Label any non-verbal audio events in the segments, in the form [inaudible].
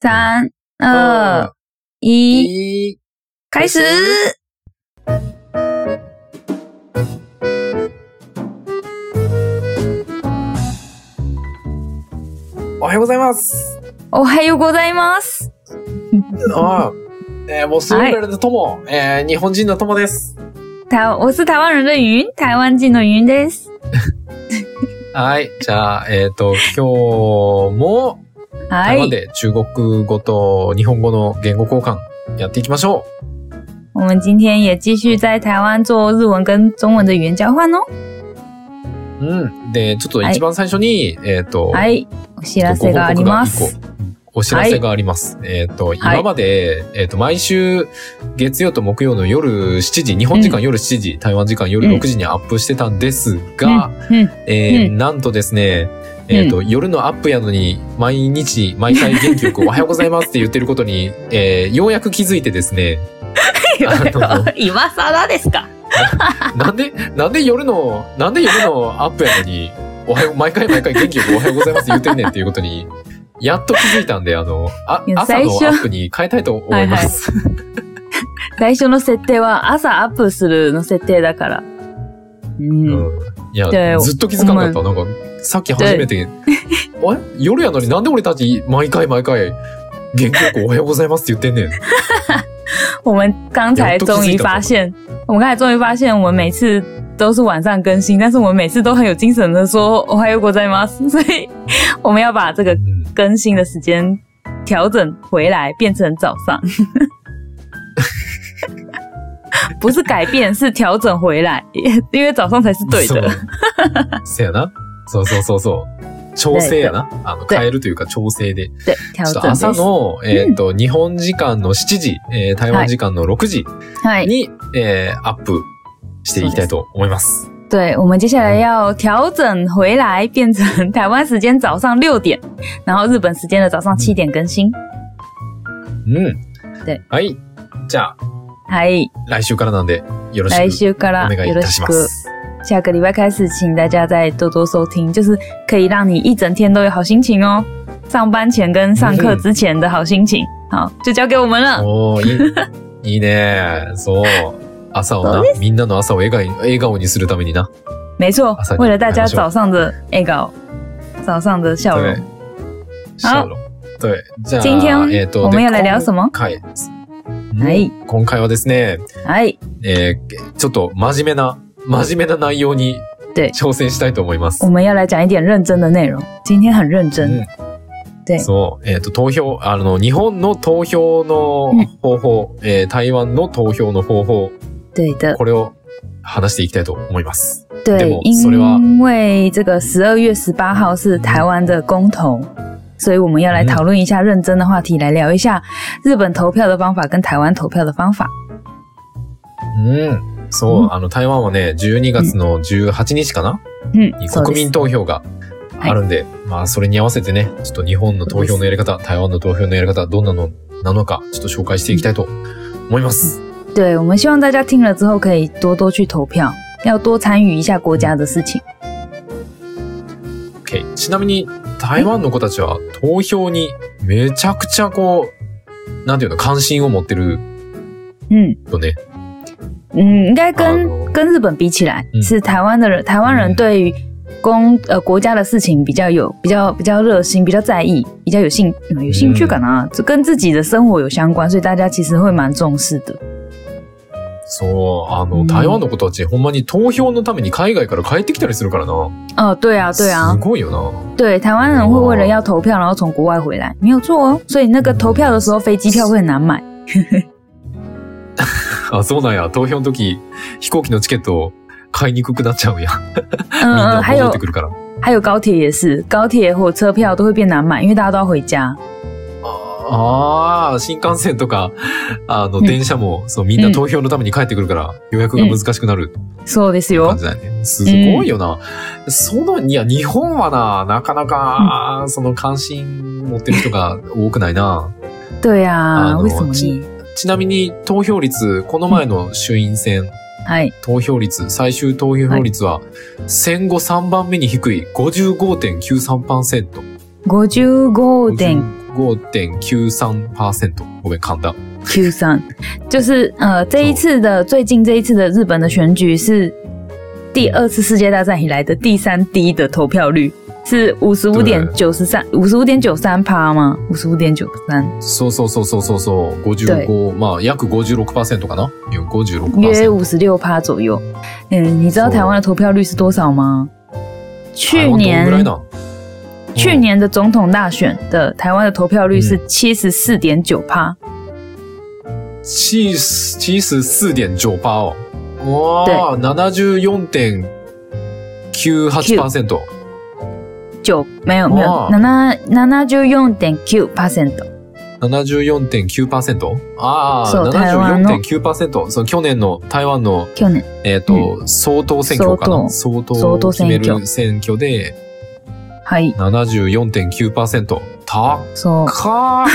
三、二、一，一，开始。おはようござい [laughs] ます。おはようございます。うん。えー、我是日本人的 Tomo、えー、日本人の Tomo です。台湾，我是台湾人的云，台湾进的云です。はい。じゃあ、えっ、と、今日も、は台湾い，で中国語と日本語の言語交換やっていきましょ我们今天也继续在台湾做日文跟中文的语言交换哦。う。うん。で、ちょっと一番最初に、えっ、と、はい、お知らごせ報告があります一。個。お知らせがあります。えっ、と、今まで、えっ、と、毎週、月曜と木曜の夜7時、日本時間夜7時、台湾時間夜6時にアップしてたんですが、うん、えーうなんとですね、えっ、と、夜のアップやのに、毎日、毎回元気よくおはようございますって言ってることに、えーようやく気づいてですね、あ今更ですか？の、なんで、なんで夜の、なんで夜のアップやのに、おはよう、毎回毎回元気よくおはようございますって言ってんねんっていうことに、やっと気づいたんで、あの、あいや朝の最初アップに変えたいと思います。最初の設定は朝アップするの設定だから。うん。うんいやで、ずっと気づかなかった。なんか、さっき初めて、 [laughs] あれ夜やのになんで俺たち毎回毎回、元気よくおはようございますって言ってんねん。我们刚才终于发现，我们刚才终于发现，我们每次都是晚上更新，但是我们每次都很有精神的说“哦おはようございます”， [laughs] 所以我们要把这个うん更新的时间调整回来，变成早上。 [laughs] 不是改变，是调整回来， [laughs] 因为早上才是对そう的。せやな。そうそうそうそう。調整や [laughs] な。あの、对変えるというか調整で。对，调ち整ょっとです朝の、えっ、と、日本時間の7時、えー台湾時間の6時はい。に、えーアップしていきたいと思います。对，我们接下来要调整回来，变成台湾时间早上六点，然后日本时间的早上七点更新。うん。对はい。じゃあ、はい。来週からなんで、よろし来く週かおら願いよいろたししまく。す。下个礼拜开始，请大家再多多收听，就是可以让你一整天都有好心情哦。上班前跟上课之前的好心情，好就交给我们了。おー、い [laughs] い、いいね。そう。朝をそうな、みんなの朝を笑顔に笑顔にするためにな。没错朝，に为了大家来ましょ早う上的 e g 早上的笑容对，，笑容。对，じゃあ、今天えっ、と、我们要来で聊什么今回、はいうん今回はですね、哎，えーちょっと真面目な、真面目な内容に对挑戦したいと思います我。们要来讲一点认真的内容。今天很认真，うん对そう、えっ、と、投票、あの、日本の投票の方法、えー台湾の投票の方法、对的，これを話していきたいと思います。で对も，それは因为这个十二月十八号是台湾的公投，所以我们要嗯来讨论一下认真的话题，来聊一下日本投票的方法跟台湾投票的方法。うん。そうう、んあの、台湾はね、12月の18日かな、嗯，にそう国です民投票があるんで、まあそれに合わせてね、ちょっと日本の投票のやり方、台湾の投票のやり方、どんなのなのか、ちょっと紹介していきたいと思います。对，我们希望大家听了之后可以多多去投票，要多参与一下国家的事情。 OK ちなみに、台湾の子たちは投票にめちゃくちゃこう、なんていうの、関心を持ってる嗯よね。嗯，应该跟、好跟日本比起来，嗯是台湾的人，台湾人嗯对于公呃国家的事情比较有比较比较热心，比较在意，比较有兴、嗯有兴趣感啊，这、跟自己的生活有相关，所以大家其实会蛮重视的。そう、あうの、ん台湾の子たち、ほんまに投票のために海外から帰ってきたりするからな。哦，对啊，对啊す，ごいよな。对，台湾人会为了要投票，然后从国外回来，没有错哦。所以那个投票的时候，飞机票会很难买。あ、そうなんや。投票の時、飛行機のチケットを買いにくくなっちゃうんや。み嗯ん嗯，な还戻有ってくるから。还有高铁也是，高铁火车票都会变难买，因为大家都要回家。ああ、新幹線とか、あの、うん電車も、そう、みんな投票のために帰ってくるから、予約が難しくなるそうですよ感。じだよね。すごいよな。その、いや、日本はな、なかなか、その関心持ってる人が [laughs] 多くないな。对啊，あの为什么ち呢？ちなみに、投票率、この前の衆院選、哎，投票率、最終投票率は、戦後3番目に低い55.93%。五十五点5.93%。ごめん、噛んだ。 Q 三，就是呃，这一次的最近这一次的日本的选举是第二次世界大战以来的第三低的投票率，是五十五点九十三，五十五点九三趴吗？五十五点九三，そうそうそうそうそうそう。55、まあ、約56%かな約约56%。五十六趴左右。嗯，你知道台湾的投票率是多少吗？去台湾どんぐら年いなん去年的总统大选的台湾的投票率是嗯七十四点九趴，七十七十四点九八哦，哇，七十四点九八パーセント。九没有没有哦，那那那那就用点 Q percent。七十四点九パーセント。あそあ、う七台十湾四の点九パーセント。その去年の台湾の去年えっ、と、総統選挙かな。総統総を統決選め挙る選挙ではい、七十四点九パーセント。高そう。 [laughs] か。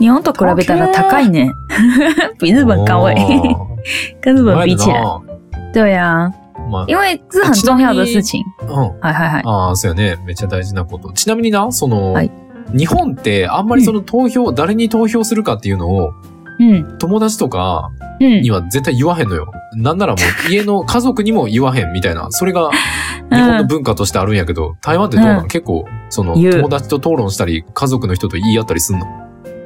日本と比べたら高いね。比日本高哎、跟日おー本比起来。对呀、ま因为这很重要的事情。あ、うん。嗨嗨嗨， [laughs] ああ、そうよね。めっちゃ大事なこと。ちなみにな、その、はい日本ってあんまりその投票、誰に投票するかっていうのを嗯友達とか嗯には絶対言わへんのよ。なんならも [laughs] う家の家族にも言わへんみたいな。それが日本の文化としてあるんやけど、台湾ってどうなの、うん結構、その言う友達と討論したり、家族の人と言い合ったりすんの。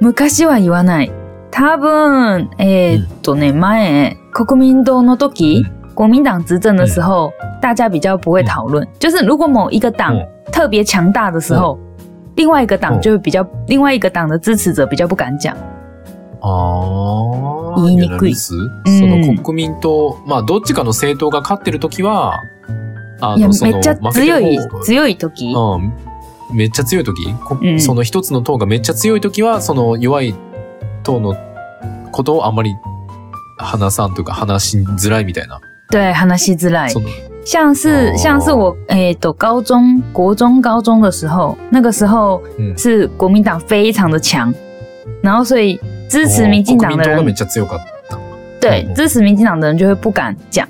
昔は言わない。多分、えーっとね、前、国民党の時、国民党执政的时候，大家比较不会讨论。就是如果某一个党嗯特别强大的时候，另外一个党嗯就会比较，另外一个党的支持者比较不敢讲。ああ、言いにくいラルスうんその国民党、まあどっちかの政党が勝ってる時は、あいや、の、そめの、っちゃ負けて強いも、強い時。うん、めっちゃ強い時、こうんその一つの党がめっちゃ強い時はその弱い党のことをあんまり話さんというか話しづらいみたいな。对，話しづらいそ。の像是哦像是我诶，读高中、国中、高中的时候，那个时候嗯是国民党非常的强，然后所以支持民进哦国党民的党がめ人，っちゃ強かった。对嗯支持民进党的人就会不敢讲，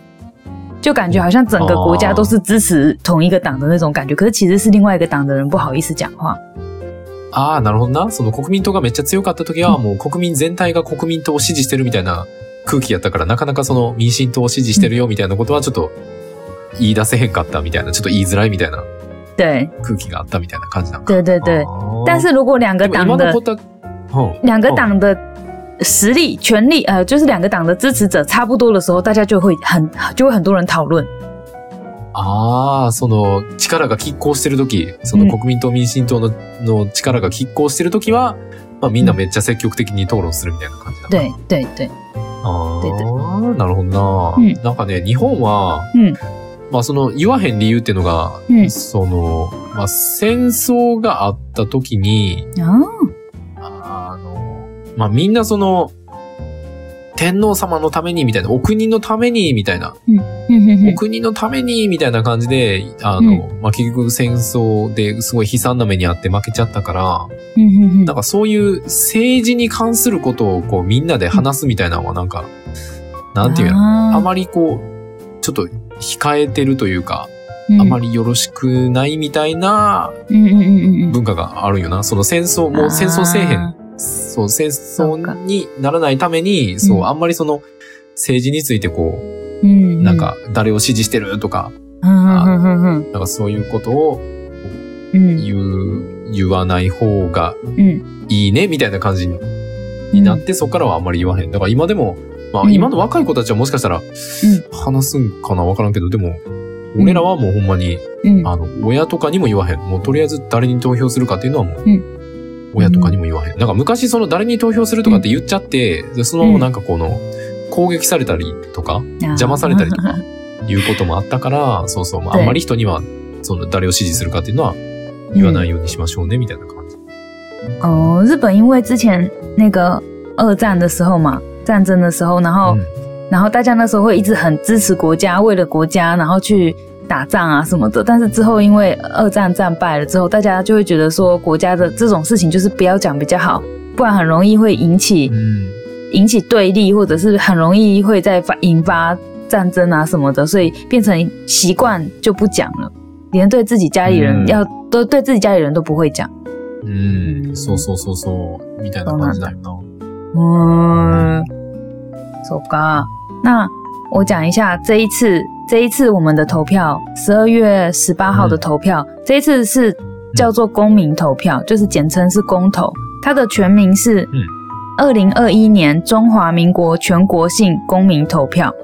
就感觉好像整个国家都是支持同一个党的那种感觉，可是其实是另外一个党的人不好意思讲话。ああ、なるほどな。その国民党がめっちゃ強かった時はもう国民全体が国民党を支持してるみたいな空気やったからなかなかその民進党を支持してるよみたいなことはちょっと言い出せへんかったみたいな、ちょっと言いづらいみたいな对空気があったみたいな感じなんか。对对对，あー但是如果两个で党も今的のことは、うん两个党的实力、权力，呃，就是两个党的支持者差不多的时候，大家就会很就会很多人讨论。ああ、その力が拮抗してる時、そのうん国民党民進党の,、の力が拮抗してる時は、まあみんなめっちゃ積極的に討論するみたいな感じだ。对对对，あ出てあ、なるほどな、うんなんかね、日本は、嗯まあその言わへん理由っていうのが、嗯その、まあ戦争があった時に、啊，あの、まあみんなその、天皇様のためにみたいな、お国のためにみたいな、嗯哼お哼，国のためにみたいな感じで、あの、まあ、結局戦争ですごい悲惨な目にあって負けちゃったから、嗯哼なん哼，かそういう政治に関することをこうみんなで話すみたいなのはなんか、なんていうの、あまりこう、ちょっと控えてるというか、あまり、りよろしくないみたいな嗯嗯嗯嗯嗯，文化があるんよな。その戦争、もう戦争せえへん。そう、戦争にならないために、そうかそうう、んあんまりその政治についてこ嗯う、なんか誰を支持してるとか、嗯嗯嗯嗯なんかそういうことを嗯言う、言わない方が嗯いいね、みたいな感じになって、そこからはあんまり言わへん。だから今でも、まうあん今の若い子たちはもしかしたら、話すんかなわからんけど、でも、ん俺らはもうほんまに、嗯あの、親とかにも言わへん。もうとりあえず誰に投票するかっていうのはもううん、親とかにも言わへん。なんか昔その誰に投票するとかって言っちゃって、でそのままなんかこの、攻撃されたりとか、邪魔されたりと [laughs] か、いうこともあったから、そうそう、まあ、であんまり人には、その、誰を支持するかっていうのは言わないようにしましょうね、みたいな感じ。哦。日本因为之前那个二战的时候嘛，战争的时候，然后うん然后大家那时候会一直很支持国家，为了国家然后去打仗啊什么的。但是之后因为二战战败了之后，大家就会觉得说国家的这种事情就是不要讲比较好，不然很容易会引起うん。引起对立，或者是很容易会再发引发战争啊什么的，所以变成习惯就不讲了，连对自己家里人嗯要、都对自己家里人都不会讲。うん、そうそうそうそう、みたいな感じだよな。うーん，そうか。嗯那我讲一下这一次，这一次我们的投票，十二月十八号的投票，嗯这一次是叫做公民投票，就是简称是公投。它的全名是嗯二零二一年中华民国全国性公民投票。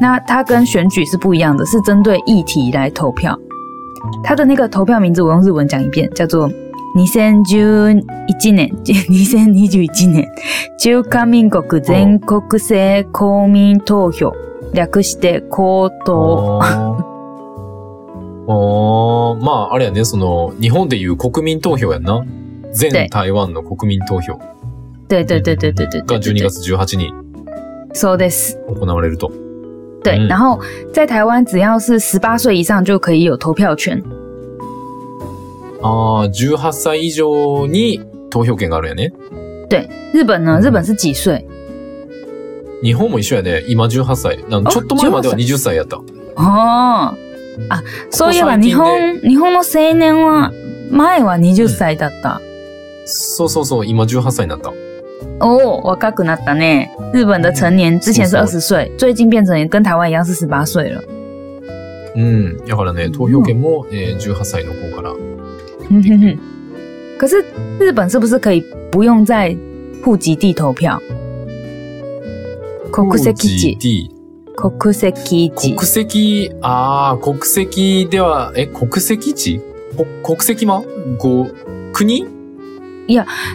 那它跟选举是不一样的，是针对议题来投票。它的那个投票名字，我用日文讲一遍，叫做2011年、2021年、中華民国全国性公民投票、略して公投。おーおーまあ、あれやね、その、日本でいう国民投票やんな。全台湾の国民投票对对对对对对对が对12对，月18にそうです。行われると。对，嗯然后在台湾只要是十八岁以上就可以有投票权。ああ、18歳以上に投票権があるやね。对，日本呢？嗯日本是几岁？日本も一緒やね。今18歳。なんあちょっと前までは20歳やった。哦，啊，そういえば最日近本ね日本の青年は前は二十歳だった。そうそうそう、今18歳になった。哦，若くなったね。日本的成年之前是そう二そ十岁，最近变成跟台湾一样是十八岁了。うん。だからね、投票権も、えー18歳の子から。哼哼哼。可是日本是不是可以不用在户籍地投票？国籍地， LGBT 国籍地国。籍、ああ、国籍では、え、国籍地こ国籍まご、国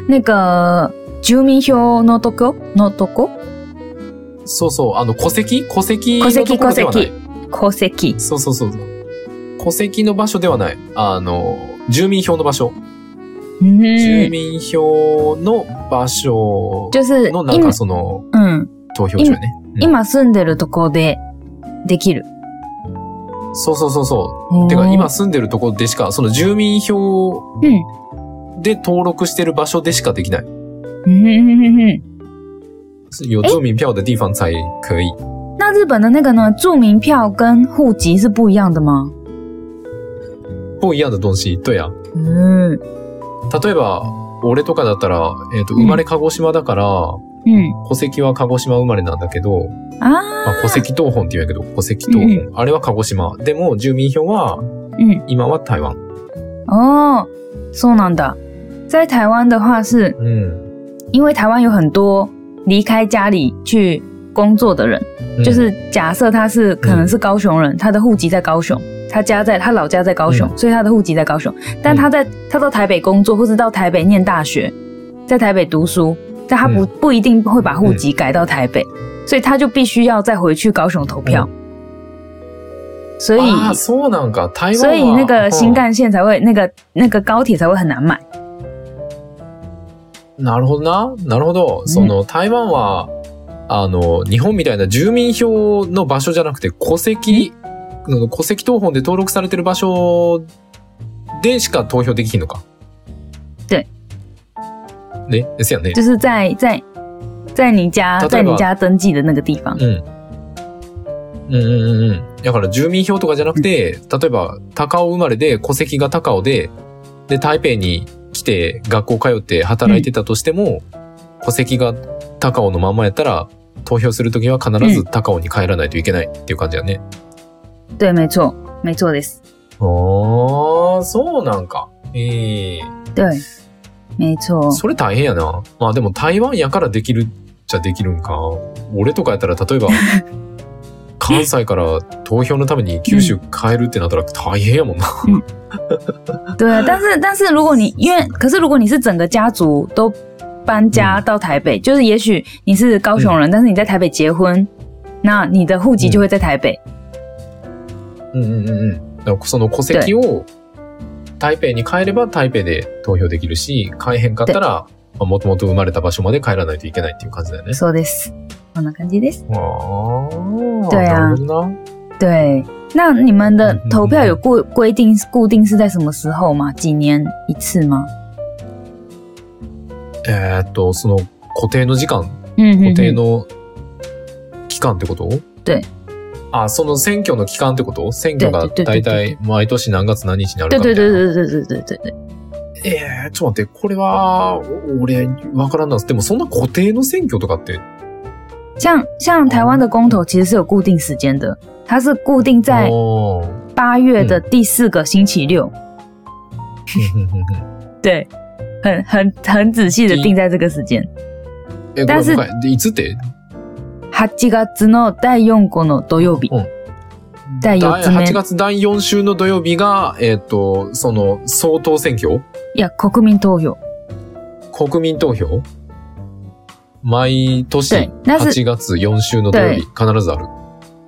那个住民票のとこのとこそうそう、あの、戸籍戸籍戸の籍ところではない。戸籍そうそうそう。戸籍の場所ではない。あの、住民票の場所。住嗯，民票の場所就是の、なんか今その、嗯投票所やね。うん今住んでるとこでできる。そうそうそうそう。ておか、ー今住んでるとこでしか、その住民票嗯で登録してる場所でしかできない。嗯嗯嗯嗯嗯。有住民票的地方才可以。那日本的那个呢？住民票跟户籍是不一样的吗？不一样的东西。对啊。嗯例えば、俺とかだったら、えっ、と、うん生まれ鹿児島だから、嗯戸籍は鹿児島生まれなんだけど、啊まあ、戸籍謄本って言うんやけど、戸籍謄本。あれは鹿児島。でも、住民票は、嗯今は台湾。哦，そうなんだ。在台湾的话是，うん。因为台湾有很多离开家里去工作的人。うん就是假设他是可能是高雄人，他的户籍在高雄，他家在他老家在高雄，所以他的户籍在高雄。但他在他到台北工作，或是到台北念大学，在台北读书，但他不、不一定会把户籍改到台北，所以他就必须要再回去高雄投票。所以ああ、そうなんか。台湾は。所以那个新うん干线才会那个那个高铁才会很难买。なるほどな。なるほど。その、台湾は、あの、日本みたいな住民票の場所じゃなくて、戸籍、うん戸籍謄本で登録されてる場所でしか投票できひんのか。对。ね、ですよね。就是在在在你家他在在你吧家登记的那个地方。うん。うんうんうんうん。だから住民票とかじゃなくて、例えば高尾生まれで戸籍が高尾で、で、台北に来て学校通って働いてたとしても、戸籍が高尾のまんまやったら、投票するときは必ず高尾に帰らないといけないっていう感じだね。对，没错，没错です。ああ、そうなんか。ええ对，没错。それ大変やな。まあでも台湾やからできるっちゃできるんか。俺とかやったら例え [laughs] ば、関西から投票のために九州帰るってなったら大変やもんな。对啊，但是但是如果你因为可是如果你是整个家族都搬家到台北，嗯就是也许你是高雄人，但是你在台北结婚，那你的嗯户籍就会在台北。うんうんうんうん。だからその戸籍を台北に帰れば台北で投票できるし、帰へんかったら、もともと生まれた場所まで帰らないといけないっていう感じだよね。そうです。こんな感じです。ああ、对啊なるほどな。对，那你们的嗯嗯投票嗯有规规定固定是在什么时候吗？几年一次吗？えーっと、その固定の時間嗯固定嗯の期間ってこと对あ、その選挙の期間ってこと選挙が对对对大对体毎年何月何日にある对かみた对い对对对な。对对对对，ええちょっと待って、これは、お俺、わからんな。でもそんな固定の選挙とかって、像像台湾的公投其实是有固定时间的，它是固定在おー八月嗯的第四个星期六，对，很很很仔细的定在这个时间。え、ごだめいんすごめん。で、いつって八月の第四個の土曜日うん第四第つ目8月第4週の土曜日が、えっ、と、その、総統選挙いや国民投票。国民投票毎对年、但是8月4週の土曜日、必ずある。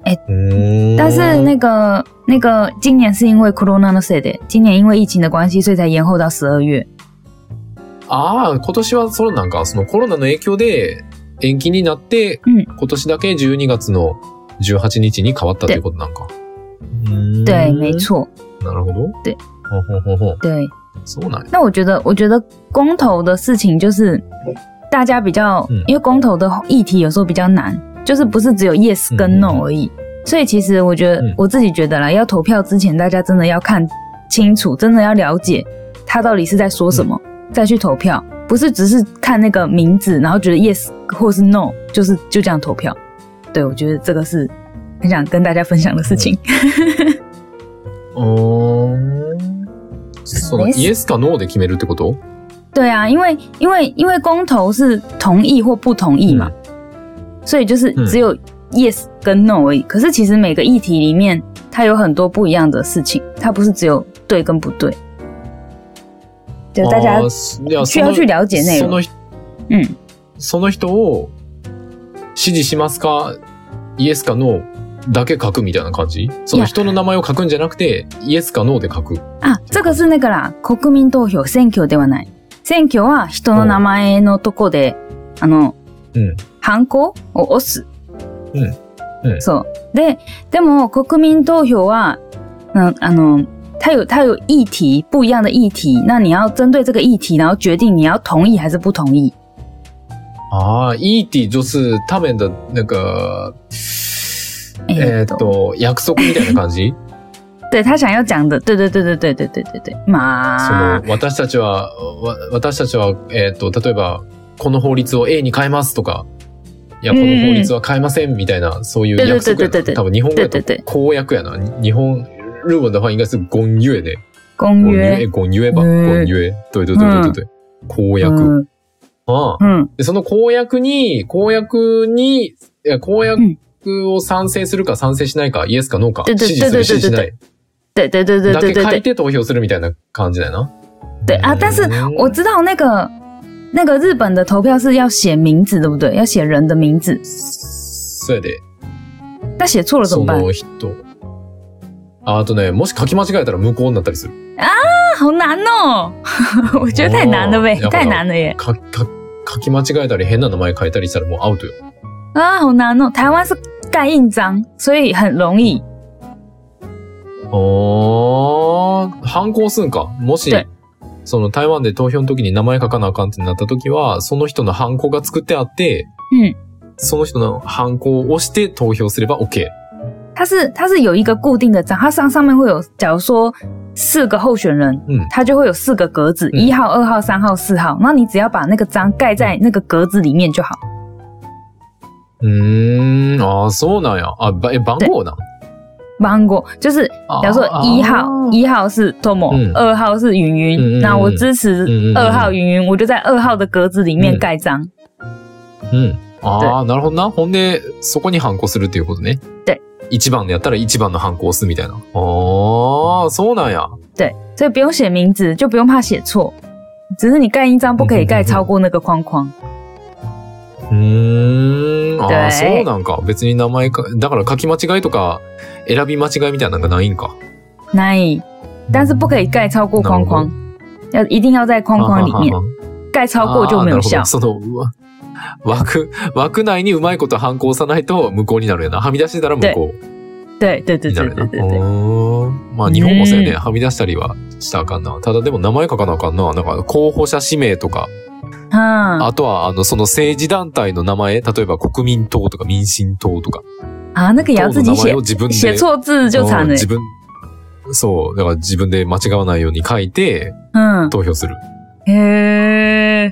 えうーん、但是那个那个今年是因为 corona 的事的，今年因为疫情的关系，所以才延后到十二月。ああ、今年はそれなんか、そのコロナの影響で延期になって、うん今年だけ12月の18日に変わったということなんか。うーん对，没错，なるほど。对ほうほうほうほう。对。そうなんや。那我觉得，我觉得公投的事情就是大家比较嗯，因为公投的议题有时候比较难，就是不是只有 yes 嗯嗯跟嗯 no 而已。所以其实我觉得嗯我自己觉得啦，要投票之前，大家真的要看清楚，真的要了解他到底是在说什么，嗯再去投票，不是只是看那个名字，然后觉得 yes 或是 no，就是就这样投票。对，我觉得这个是很想跟大家分享的事情。嗯うーん。その、ですイエスかノーで決めるってこと对啊，因为因为因为公投是同意或不同意嘛，所以就是只有 yes 跟 no 而已。可是其实每个议题里面，它有很多不一样的事情，它不是只有对跟不对。就大家あーいや需要去了解内その容。嗯，その人を支持しますか、イエスかノーだけ書くみたいな感じその人の名前を書くんじゃなくて、イエスかノーで書く。あ、这个是那个啦、国民投票、選挙ではない。選挙は人の名前のとこで、あの、うんハンコを押す。うんうんそう。で、でも国民投票は、嗯あの、它有它有议题，不一样的议题，那你要针对这个议题，然后决定你要同意还是不同意。ああ、イーティ就是他们的那个、えーっと、約束みたいな感じ对他想要讲的，对对对对对对对对对，そまあの、私たちは、わ私たちは、えーっと、例えば、この法律を A に変えますとか、いや、うんこうんの法律は変えませんみたいな、そういう約束对对や对对对な。多分日本語对やと对对，公約やな。日本、日本的话应该是公約で。公公约約、，公約吧、うん公約。对对对对对对。公約。嗯ああ。嗯で、その公約に、公約に、いや公約を賛成するか賛成しないか、イエスかノーか、对对支持す对对る、支持しな对い。对对对对だ对け对書对い。て投票するみたいな感じだよな。对啊，但是うん我知道那个那个日本的投票是要写名字，对不对？要写人的名字，そうやで、那写错了怎そ么办？啊の人。ああとね、もし書き間違えたら無効になったりする。啊，好难哦！ [laughs] 我觉得太难了呗哦要，不要太难了耶！か、か、書き間違えたり変な名前変えたりしたらもうアウトよ。啊，好难哦！台湾是盖印章，所以很容易。ああ、反抗すんか。もし对、その台湾で投票の時に名前書かなあかんってなった時は、その人の反抗が作ってあって、うんその人の反抗を押して投票すれば OK。它是它是有一个固定的章，它上上面会有，假如说四个候选人，嗯它就会有四个格子，嗯一号、二号、三号、四号，那你只要把那个章盖在那个格子里面就好。うーん、ああ、そうなんや。あ、ばえ、番号なん。芒果就是あー假如说一号，一号是 Tomo，哦嗯二、号是云嗯嗯云，嗯那我支持嗯嗯嗯二号云云，我就在二号的格子里面嗯盖章。うん。ああ、なるほどな。ほんで、そこに反抗するっていうことね。对。一番でやったら一番の反抗を押すみたいな。ああ、そうなんや。对，所以不用写名字，就不用怕写错，只是你盖印章不可以盖超过那个框框。うーん。ああ、对そうなんか。別に名前か、だから書き間違いとか、選び間違いみたいなのがないんか。那以，但是不可以盖超过框框，要一定要在框框里面，あー盖超过就没有效あ。ーなるほどその、うわ枠、枠内にうまいこと反抗さないと無効になるやな。はみ出してたら無効对对对にな对るや对な。う对对，ーん。まあ日本もそうやね。ねはみ出したりはしたらあかんな。ただでも名前書かなあかんな。なんか候補者指名とか、嗯あとはあの、その政治団体の名前、例えば国民党とか民進党とか、啊，那个也要党自己の名前写を，自分で写错字就惨うん了。自分、そう、だから自分で間違わないように書いて嗯，投票する。嘿，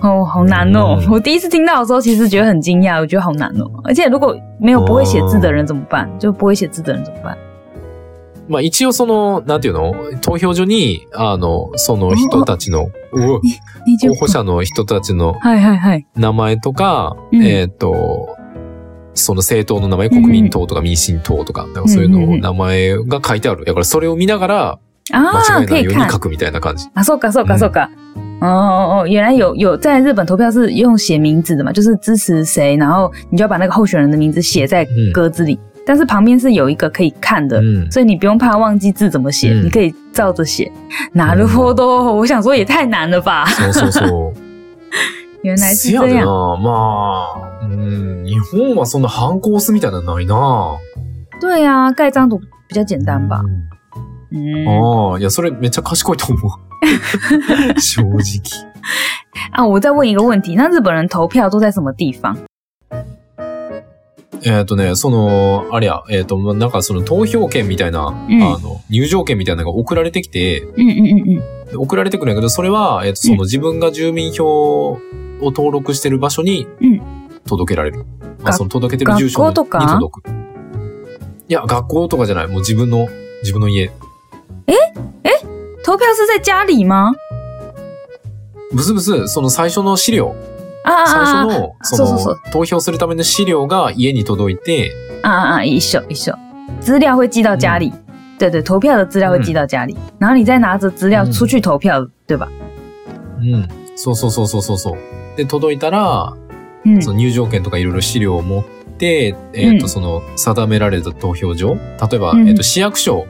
哦，好难哦！嗯 [laughs] 我第一次听到的时候，其实觉得很惊讶，我觉得好难哦。而且如果没有不会写字的人怎么办？就不会写字的人怎么办？まあ一応その、なんていうの投票所に、あの、その人たちの、うわ你就候補者の人たちの嗨嗨嗨，名前とか、うんえっ、と、その政党の名前、国民党とか民進党とか、なんかそういううんうんうの、ん名前が書いてある。だからそれを見ながら、間啊，違いな可い以ように看書くみたいな感じ。啊，搜嘎搜嘎嗯搜嘎。哦哦哦，原来有有在日本投票是用写名字的嘛，就是支持谁，然后你就要把那个候选人的名字写在嗯格子里，但是旁边是有一个可以看的，うん。所以你不用怕忘记字怎么写，嗯你可以照着写。なるほど，我想说也太难了吧，そうそうそう。原来是せや这でな、样。まあ、うん、日本はそんな反抗すみたいなのないな。对啊，盖章读比较简单吧う。ん嗯ああ、いや、それめっちゃ賢いと [laughs] 思う。正直。啊，我再问一个问题，那日本人投票都在什么地方？えっ、とね、その、あれや、えっ、と、まなんかその投票券みたいな、うんあの、入場券みたいなのが送られてきて、嗯嗯嗯嗯，で送られてくるんやけど、それは、えっ、と、その自分が住民票を登録してる場所にうん届けられる。まあ、がその届けてる住所に学校とかに届く。いや、学校とかじゃない。もう自分の、自分の家。投票是在家里吗？ブスブス、その最初の資料、啊啊最啊初啊の、そうそうそそのう、投票するための資料が家に届いて、啊啊啊！一手一手，资料会寄到家里。对对，投票的资料会寄到家里，然后你再拿着资料嗯出去投票，对吧？うん。そうそうそうそうそうそう。で、届いたら、嗯その入場券とかいろいろ資料を持って、えっ、うと、んその定められた投票所、例えば、うんえっ、と、市役所、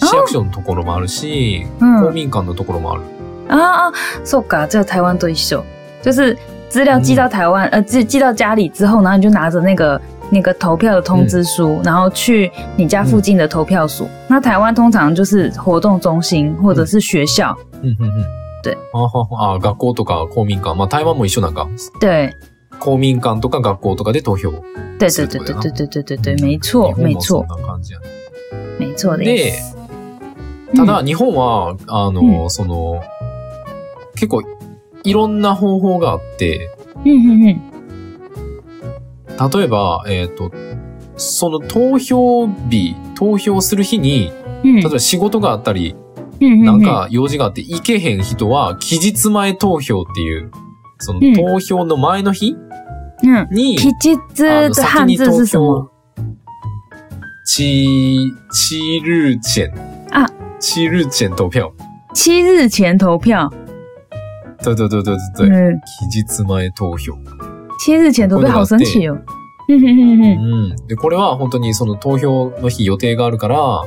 あ市役所のところもあるし、公嗯民館のところもある。啊啊，so ga，这台湾都一手，就是资料寄到台湾，呃，寄寄到家里之后，然后你就拿着那个那个投票的通知书，然后去你家附近的投票所。那台湾通常就是活动中心或者是学校，うんうんうん。であははあ、学校とか公民館。まあ、台湾も一緒なんか。对公民館とか学校とかで投票。对是对这对对样对对对对对，没错日本没も错そんな感じやね。没错的意で思。、ただ、日本は、あの、その、結構、いろんな方法があって、嗯嗯嗯例えば、えっ、と、その投票日、投票する日に、嗯例えば仕事があったり、嗯なん嗯嗯。か用事があって行けへん人は、期日前投票っていう、そのうん投票の前の日嗯に、奇迹之あの的先汉に字投是什么？票、チチルチェン。あチルチェン投票。七日前投票。对对对对对对。嗯，期日前投票。七日前投票，好神奇哦。嗯哼哼う哼，ん。で、これは本当にその投票の日予定があるから、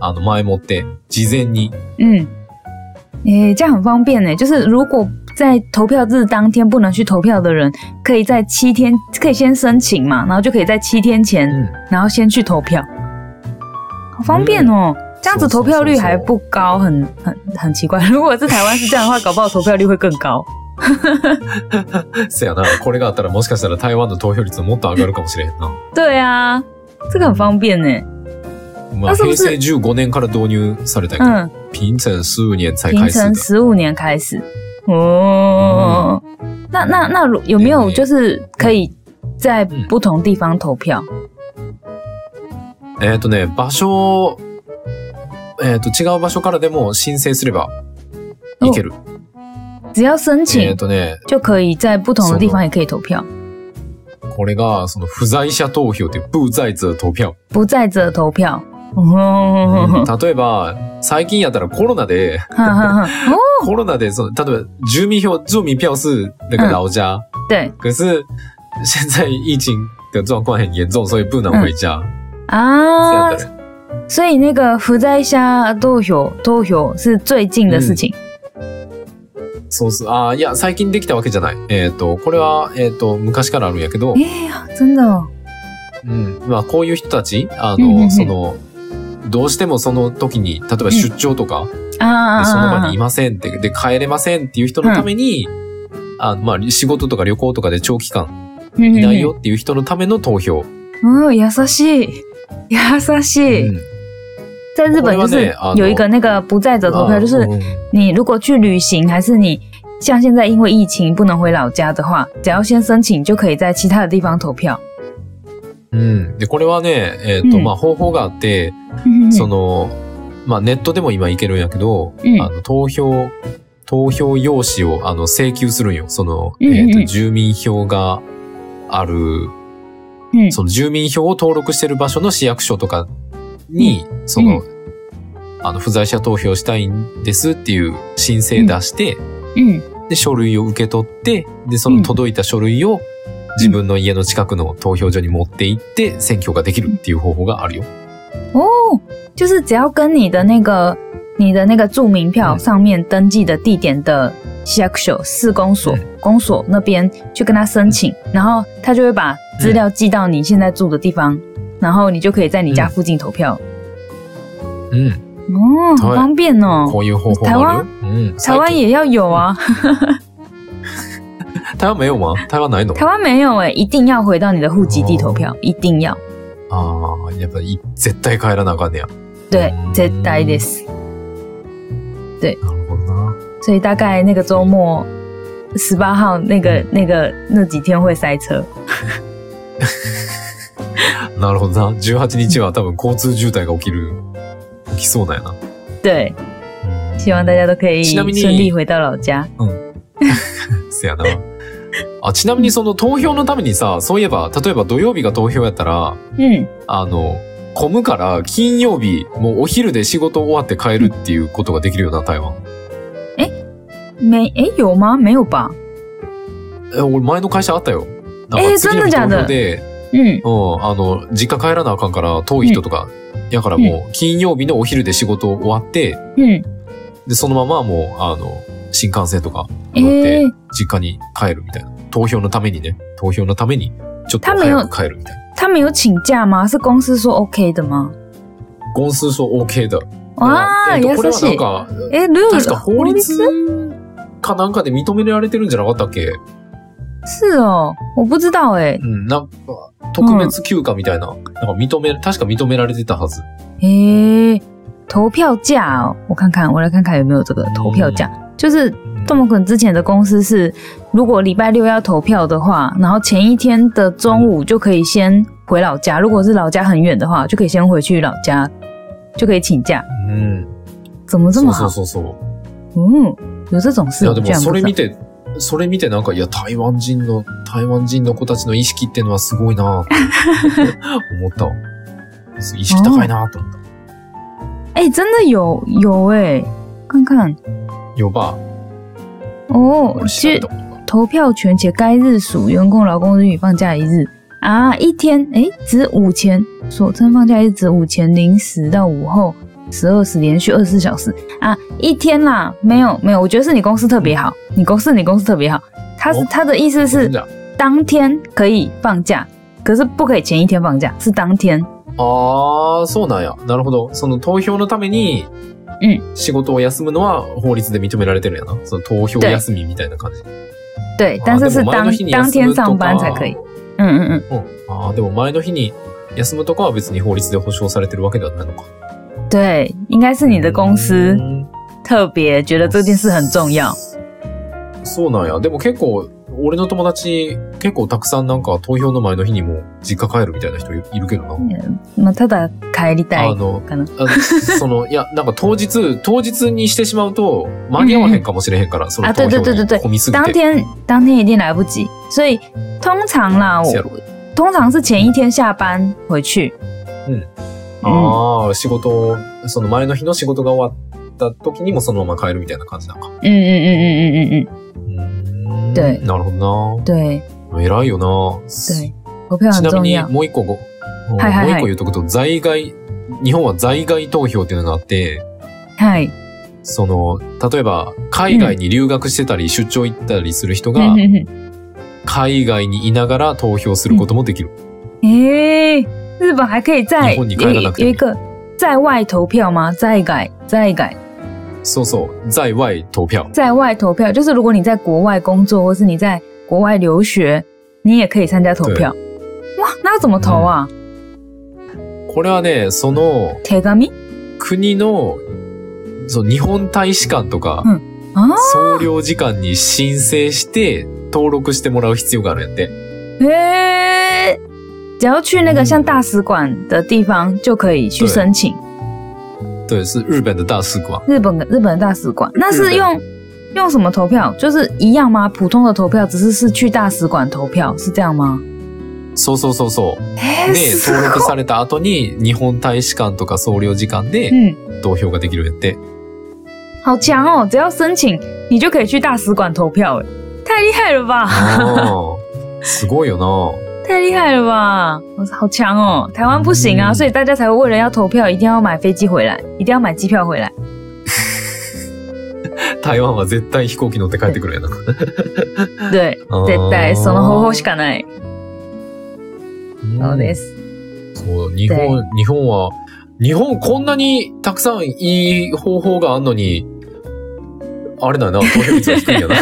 あの、前もって、事前に嗯，诶，这样很方便呢。就是如果在投票日当天不能去投票的人，可以在七天，可以先申请嘛，然后就可以在七天前，う然后先去投票，好方便哦。嗯这样子投票率啊还不高，很很很奇怪。如果是台湾是这样的话，搞不好投票率会更高。ん。せやな。これがあったらもしかしたら台湾の投票率もっと上がるかもしれへんな。对啊，这个很方便呢。まあ、あそう平そう成15年から導入されたんや嗯。けど、平成数年才平開始成的。十五年开始哦。嗯那那那如有没有对就是可以在嗯不同地方投票？えっ、とね、場所、えっ、と、違う場所からでも申請すればいける。只要申えっ、请とね、就可以在不同的地什么方也可以投票，これが、その、不在者投票っていう、不在者投票。不在者投票。哦，例えば、最近やったらコロナで、哈哈哈！哦，コロナで、その、例えば、住民票、住民票是那个老家， [laughs] 对可是现在疫情的状况很严重，所以不能回家。这样啊的，人，所以那个福在下投票投票是最近的事情。そうそう。あーいや、最近できたわけじゃない。えっ、と、これは、えっ、と、昔からあるんやけど、哎呀，真的哦，うん。まあ、こういう人たち、あうんうんうの、んその、どうしてもその時に、例えば出張とか、啊啊でその啊場啊にい！ませんって、で、帰れませんっていう人のために、あまあ、仕事とか旅行とかで長期間嗯哦いないよっていう人のための投票。嗯，優しい，優しうい。ん在日本就これは是ねあの有一个那个不在者投票，啊就是嗯你如果去旅行，还是你像现在因为疫情不能回老家的话，只要先申请就可以在其他的地方投票。うん。で、これはね、えっ、と、うんまあ、方法があって、嗯その、まあ、ネットでも今いけるんやけど、うんあの、投票、投票用紙を、あの、請求するんよ。その、うんうんえっ、と、住民票がある、嗯その住民票を登録してる場所の市役所とかに、その、あの、不在者投票したいんですっていう申請出して、嗯で、書類を受け取って、で、その届いた書類を自分の家の近くの投票所に持って行って選挙ができるっていう方法があるよ。哦，就是只要跟你的那个你的那个住民票嗯上面登记的地点的 s e c t i o 市公所嗯公所那边去跟他申请，然后他就会把资料寄到你现在住的地方，然后你就可以在你家嗯附近投票。うん。哦，好对方便こ哦。ういう方法もあるよ。うん。台湾最也要有啊，近台湾没有吗台湾ないの台湾没有哎、一定要回到你的户籍地投票，一定要。ああ、やっぱり絶対帰らなあかんねや。对，嗯絶対です。なるほどな。所以大概那个周末，十八号那个那个那几天会塞车。なるほどな。18日は多分交通渋滞が起きる、起きそうなんやな。对，うん希望大家都可以ちな顺みに利回到老家。せやな。あ、ちなみにその投票のためにさ、そういえば、例えば土曜日が投票やったら、嗯，あの、混むから金曜日、もうお昼で仕事終わって帰るっていうことができるよな、台湾。没诶有吗？没有吧？え、俺前の会社あったよ。なんえかー次のそんな日投じゃあ票で、嗯うん、あの、実家帰らなあかんから遠い人とか、やからもう金曜日のお昼で仕事終わって、嗯，で、そのままもう、あの、新幹線とか乗って诶、実家に帰るみたいな。投票のためにね、投票のために、ちょっと他没有早く帰るみたいな。他们有请假吗？是公司说 OK 的吗？ゴンスーソー OK だ。哇，えっと優これはしなんい。か、诶，ル確ールか法律かなんかで認められてるんじゃなかったっけ是哦，我不知道诶。うん、なんか、特別休暇みたいな。なんか認め、確か認められてたはず。诶，投票价哦，我看看，我来看看有没有这个投票价，就是うん动可能之前的公司是，如果礼拜六要投票的话，然后前一天的中午就可以先回老家，如果是老家很远的话，就可以先回去老家，就可以请假。うん。怎么这そ么うそ好う？そうそう。嗯，有这种い事，や我で居も然そ不れ知見道。て、それ見てなんか、いや、台湾人の、台湾人の子たちの意識ってのはすごいなぁ [laughs] と思ったわ。意識高いなぁと思った。哎、真的有有哎、看看よば、哦，俺調其べ实たことがある投票权且该日属员工劳工日与放假一日啊，一天哎、值五千，所称放假一日值五千，零时到午后十二时连续二十四小时啊，一天啦，没有没有，我觉得是你公司特别好，你公司你公司特别好，他是、哦他的意思是じゃ当天可以放假，可是不可以前一天放假，是当天，ああー、そうなんや。なるほど。その投票のために、う仕事を休むのは法律で認められてるんやな。その投票休みみたいな感じ。对，啊但是那是我们当都是你的当天私上都啊班吧才可以，嗯嗯嗯。うん。ああ、でも前の日に休むとかは別に法律で保障されてるわけではないのか。对，应该是你的公司うん特别觉得这件事很重要。そうなんや。でも結構、俺の友達、結構たくさんなんか投票の前の日にもう実家帰るみたいな人いいるけどな。まあただ帰りたあいの、かな。あその、いや、なんか当日、当日にしてしまうと間に合わへんかもしれへんから、そのあ投对票对对对に混みすぎ当て。天当天一定来不及，所以通常啦，我せやろ通常是前一天下班回去。ああ、仕事を、その前の日の仕事が終わった時にもそのまま帰るみたいな感じなのか。嗯嗯嗯嗯嗯嗯嗯，うーん对なるほど对な。偉いよな。对，投票很ちなみ重に要。もう一個ご、もうはいはいはい一個言うとくと、在外、日本は在外投票っていうのがあって、嗨，その、例えば、海外に留学してたり、出張行ったりする人が、海外にいながら投票することもできる。 [laughs] 诶，日本还可以在日本有に帰らなくても有一个在外投票吗？在改在改そうそう、在外投票。在外投票，就是如果你在国外工作，或是你在国外留学，你也可以参加投票。哇，那要怎么投啊？これはね、その、手紙？国の、その日本大使館とか、あ総領事館に申請して、登録してもらう必要があるんやって。啊，诶、只要去那个像大使馆的地方就可以去对申请对，是日本的大使馆。日本的日本的大使馆。那日是本用用什么投票？就是一样吗？普通的投票，只是是去大使馆投票，是这样吗？そうそうそうそう。えで、登録された後に、日本大使館とか総領事館で嗯，投票ができるんやって。 [laughs] 好强哦！只要申请，你就可以去大使馆投票，哎，太厉害了吧！あーすごいよな。太厉害了吧！我好强哦！台湾不行啊，嗯所以大家才会为了要投票，一定要买飞机回来，一定要买机票回来。台湾は絶対飛行機乗って帰ってくるやな。。对，絶対その方法しかない。そうですす。そう、日本、日本は、日本こんなにたくさんいい方法があんのに、あれだよな、投票率が低 [laughs] いんやな。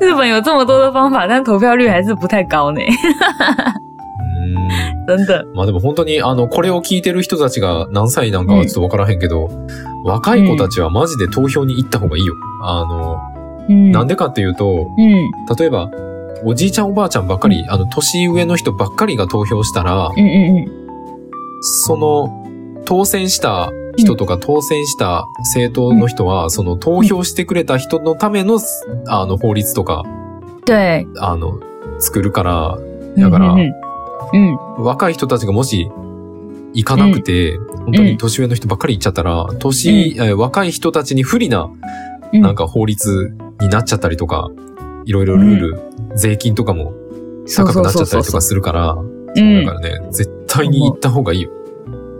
日本有这么多的方法，但投票率还是不太高呢，うん真的。まあでも本当に、あの、これを聞いてる人たちが何歳なんかはちょっとわからへんけど、若い子たちはマジで投票に行った方がいいよ。あの、嗯なんでかっていうと、嗯例えば、おじいちゃんおばあちゃんばっかり、あの、年上の人ばっかりが投票したら、嗯嗯その、当選した人とか当選した政党の人は、その投票してくれた人のための、あの、法律とか、嗯，对。あの、作るから、だから嗯嗯嗯若い人たちがもし行かなくて、本当に年上の人ばっかり行っちゃったら、年、えー若い人たちに不利な、嗯なんか法律になっちゃったりとか、いろいろルール、税金とかもそう高そうくなっちそゃうそうったりとかするから、そう嗯だからね、絶対に行った方がいいよ。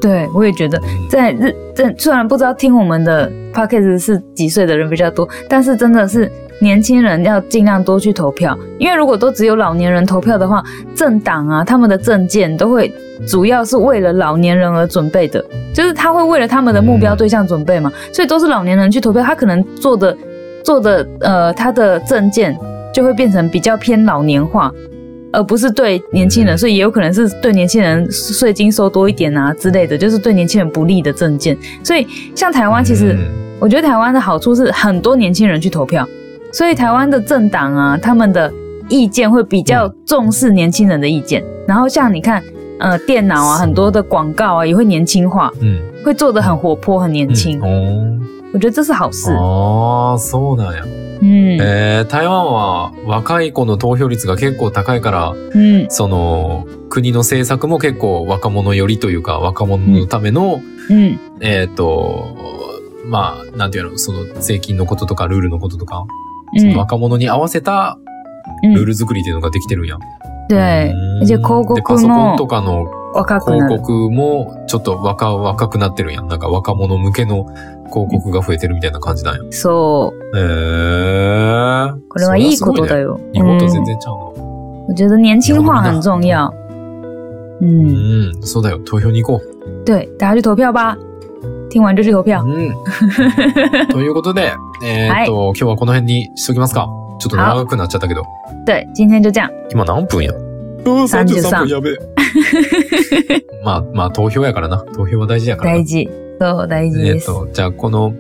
对，我也觉得うん在日在虽然不知道听我们的 podcast 是几岁的人比较多，但是真的是年轻人要尽量多去投票，因为如果都只有老年人投票的话，政党啊他们的政见都会主要是为了老年人而准备的，就是他会为了他们的目标嗯对象准备嘛，所以都是老年人去投票，他可能做的做的呃他的政见就会变成比较偏老年化。而不是对年轻人，嗯所以也有可能是对年轻人税金收多一点啊之类的，就是对年轻人不利的政见。所以像台湾，其实うん我觉得台湾的好处是很多年轻人去投票，所以台湾的政党啊，他们的意见会比较重视年轻人的意见。然后像你看，呃，电脑啊，是很多的广告啊也会年轻化，うん。会做得很活泼、很年轻。嗯うん我觉得这是好事。哦ああ、そうなんや。嗯えー台湾は若い子の投票率が結構高いから、嗯その、国の政策も結構若者寄りというか、若者のための、嗯えっ、と、まあ、なんていうの、その、税金のこととか、ルールのこととか、その嗯若者に合わせたルー嗯，ル作りっていうのができてるんやん。对，うん而且広でパ告ソコンもとかの若くな広る。告も、ちょっと若、若くなってるんやん。なんか若者向けの広告が増えてるみたいな感じなんや。そう、へえ。これはいいことだよ。よ。日本と嗯全然ちゃうの。我觉得年轻化很重要。う嗯，ん、そうだよ。投票に行こう。对，大家去投票吧。听完就去投票。 [laughs] うん。ということで、えーっと、今日はこの辺にしときますか。ちょっと長くなっちゃったけど。对，今天就这样。今何分やうん33やべえ。まあ、まあ、投票やからな。投票は大事やからな大。事。そう、大事えでっす。と、じゃあ、この、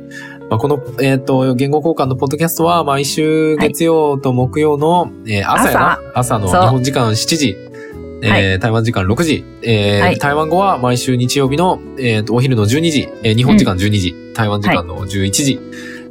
まあ、この、えっ、と、言語交換のポッドキャストは、毎週月曜と木曜の、えー朝やな朝の日そう本時間7時、えーは台湾時間6時、えーはい台湾語は毎週日曜日の、えーとお昼の12時、えー日本時間12時、台湾時間の11時は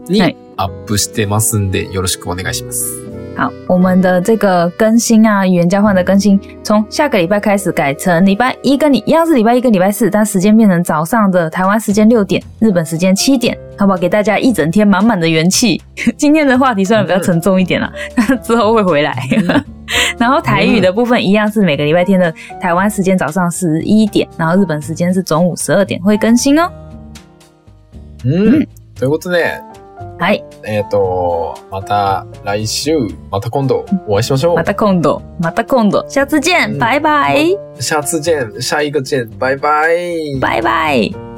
にいアップしてますんで、よろしくお願いします。好，我们的这个更新啊，语言交换的更新，从下个礼拜开始改成礼拜一跟你一样是礼拜一跟礼拜四，但时间变成早上的台湾时间六点，日本时间七点，好不好？给大家一整天满满的元气。 [laughs] 今天的话题虽然比较沉重一点啦，但之后会回来。嗯然后台语的部分一样是每个礼拜天的台湾时间早上十一点，然后日本时间是中午十二点会更新哦。うん。うんということで、嗨，えっ、と、また来週、また今度お会いしましょう。马达空斗，马达空斗，下次见，嗯拜拜，下次见、下一个见、バイバイ。拜拜。